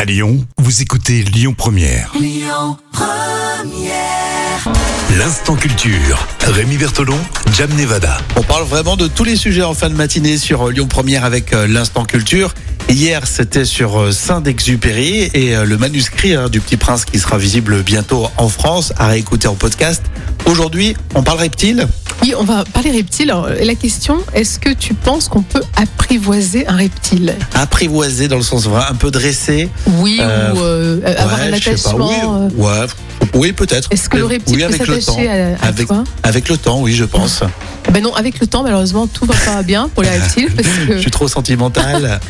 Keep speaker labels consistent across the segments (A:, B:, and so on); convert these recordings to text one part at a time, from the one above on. A: À Lyon, vous écoutez Lyon Première. Lyon Première. L'instant culture. Rémi Bertolon, Jam Nevada.
B: On parle vraiment de tous les sujets en fin de matinée sur euh, Lyon Première avec euh, l'instant culture. Hier, c'était sur euh, Saint-Exupéry et euh, le manuscrit hein, du Petit Prince qui sera visible bientôt en France à réécouter en podcast. Aujourd'hui, on parle reptile.
C: Oui, on va parler reptiles. Alors, la question, est-ce que tu penses qu'on peut apprivoiser un reptile
B: apprivoisé dans le sens vrai, un peu dressé.
C: Oui,
B: Euh,
C: ou euh, avoir
B: Ouais,
C: un
B: je sais pas,
C: attachement
B: Oui,
C: euh,
B: ouais, oui, peut-être. Euh,
C: Est-ce que le reptile
B: oui,
C: peut
B: avec le temps.
C: s'attacher à, à
B: Avec-
C: toi
B: Avec le temps, oui, je pense.
C: Ben non, avec le temps, malheureusement, tout va pas bien pour les reptiles parce
B: Je
C: que
B: suis trop sentimental.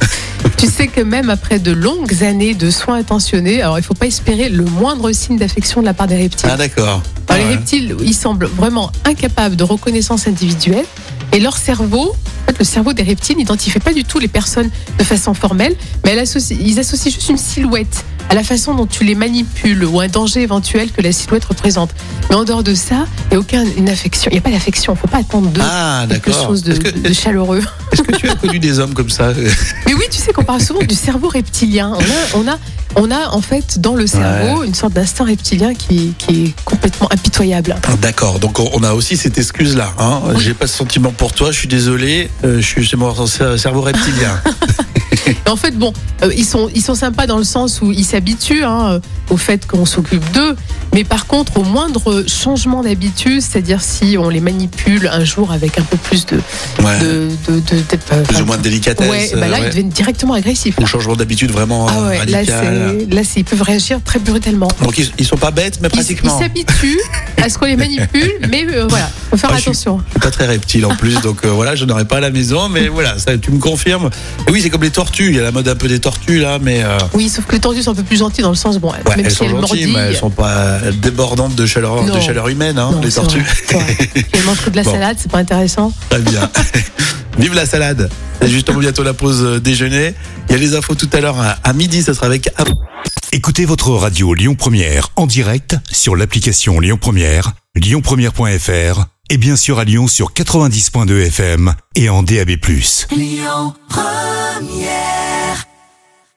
C: tu sais que même après de longues années de soins intentionnés, alors il faut pas espérer le moindre signe d'affection de la part des reptiles.
B: ah, d'accord.
C: Alors,
B: Ah,
C: Les
B: ouais.
C: reptiles, ils semblent vraiment incapables de reconnaissance individuelle. Et leur cerveau, en fait, le cerveau des reptiles n'identifie pas du tout les personnes de façon formelle, mais elle associe- ils associent juste une silhouette à la façon dont tu les manipules ou un danger éventuel que la silhouette représente. Mais en dehors de ça, il n'y a aucune affection. Il n'y a pas d'affection. Il ne faut pas attendre de
B: Ah,
C: quelque
B: d'accord.
C: chose de,
B: Est-ce que,
C: de chaleureux.
B: est-ce que tu as connu des hommes comme ça euh,
C: Mais oui, tu sais qu'on parle souvent du cerveau reptilien. On a, on a, on a en fait dans le cerveau une sorte d'instinct reptilien qui, qui est complètement impitoyable.
B: D'accord, donc on on a aussi cette excuse-là. Hein.
C: Oui.
B: J'ai pas ce sentiment pour toi, je suis désolé, euh, je suis chez mon cer- cerveau reptilien.
C: Et en fait, bon, euh, ils, sont, ils sont sympas dans le sens où ils s'habituent hein, euh, au fait qu'on s'occupe d'eux. Mais par contre, au moindre changement d'habitude, c'est-à-dire si on les manipule un jour avec un peu plus de.
B: Ouais.
C: de, de, de- de- euh,
B: Plus ou moins de délicatesse.
C: Ouais, bah là,
B: euh,
C: ils
B: ouais.
C: deviennent directement agressifs.
B: Ou changement d'habitude vraiment
C: Ah
B: euh,
C: ouais, là,
B: radical.
C: c'est, là, c'est- ils peuvent réagir très brutalement.
B: Donc ils, ils sont pas bêtes, mais
C: Ils s- ils
B: pratiquement.
C: s'habituent à ce qu'on les manipule, mais euh, voilà, faut faire
B: Ah, je suis-
C: attention.
B: Je suis pas très reptile en plus, donc euh, voilà, je n'aurai pas à la maison, mais voilà, ça, tu me confirmes. Et oui, c'est comme les tortues, il y a la mode un peu des tortues là, mais. euh,
C: Oui, sauf que les tortues sont un peu plus gentilles dans le sens, bon,
B: ouais,
C: même
B: elles
C: si
B: sont
C: elles
B: gentilles, mais elles
C: mordillent.
B: sont pas débordantes de chaleur, de
C: Non.
B: chaleur humaine, hein,
C: Non,
B: les
C: c'est
B: tortues.
C: vrai, c'est vrai. Si Elles mangent que de la
B: Bon.
C: salade, c'est pas intéressant.
B: Très bien. Vive la salade. C'est justement bientôt la pause euh, déjeuner. Il y a les infos tout à l'heure à, à midi. Ça sera avec Ab-
A: Écoutez votre radio Lyon Première en direct sur l'application Lyon Première, lyonpremière.fr et bien sûr à Lyon sur 90.2 FM et en DAB+.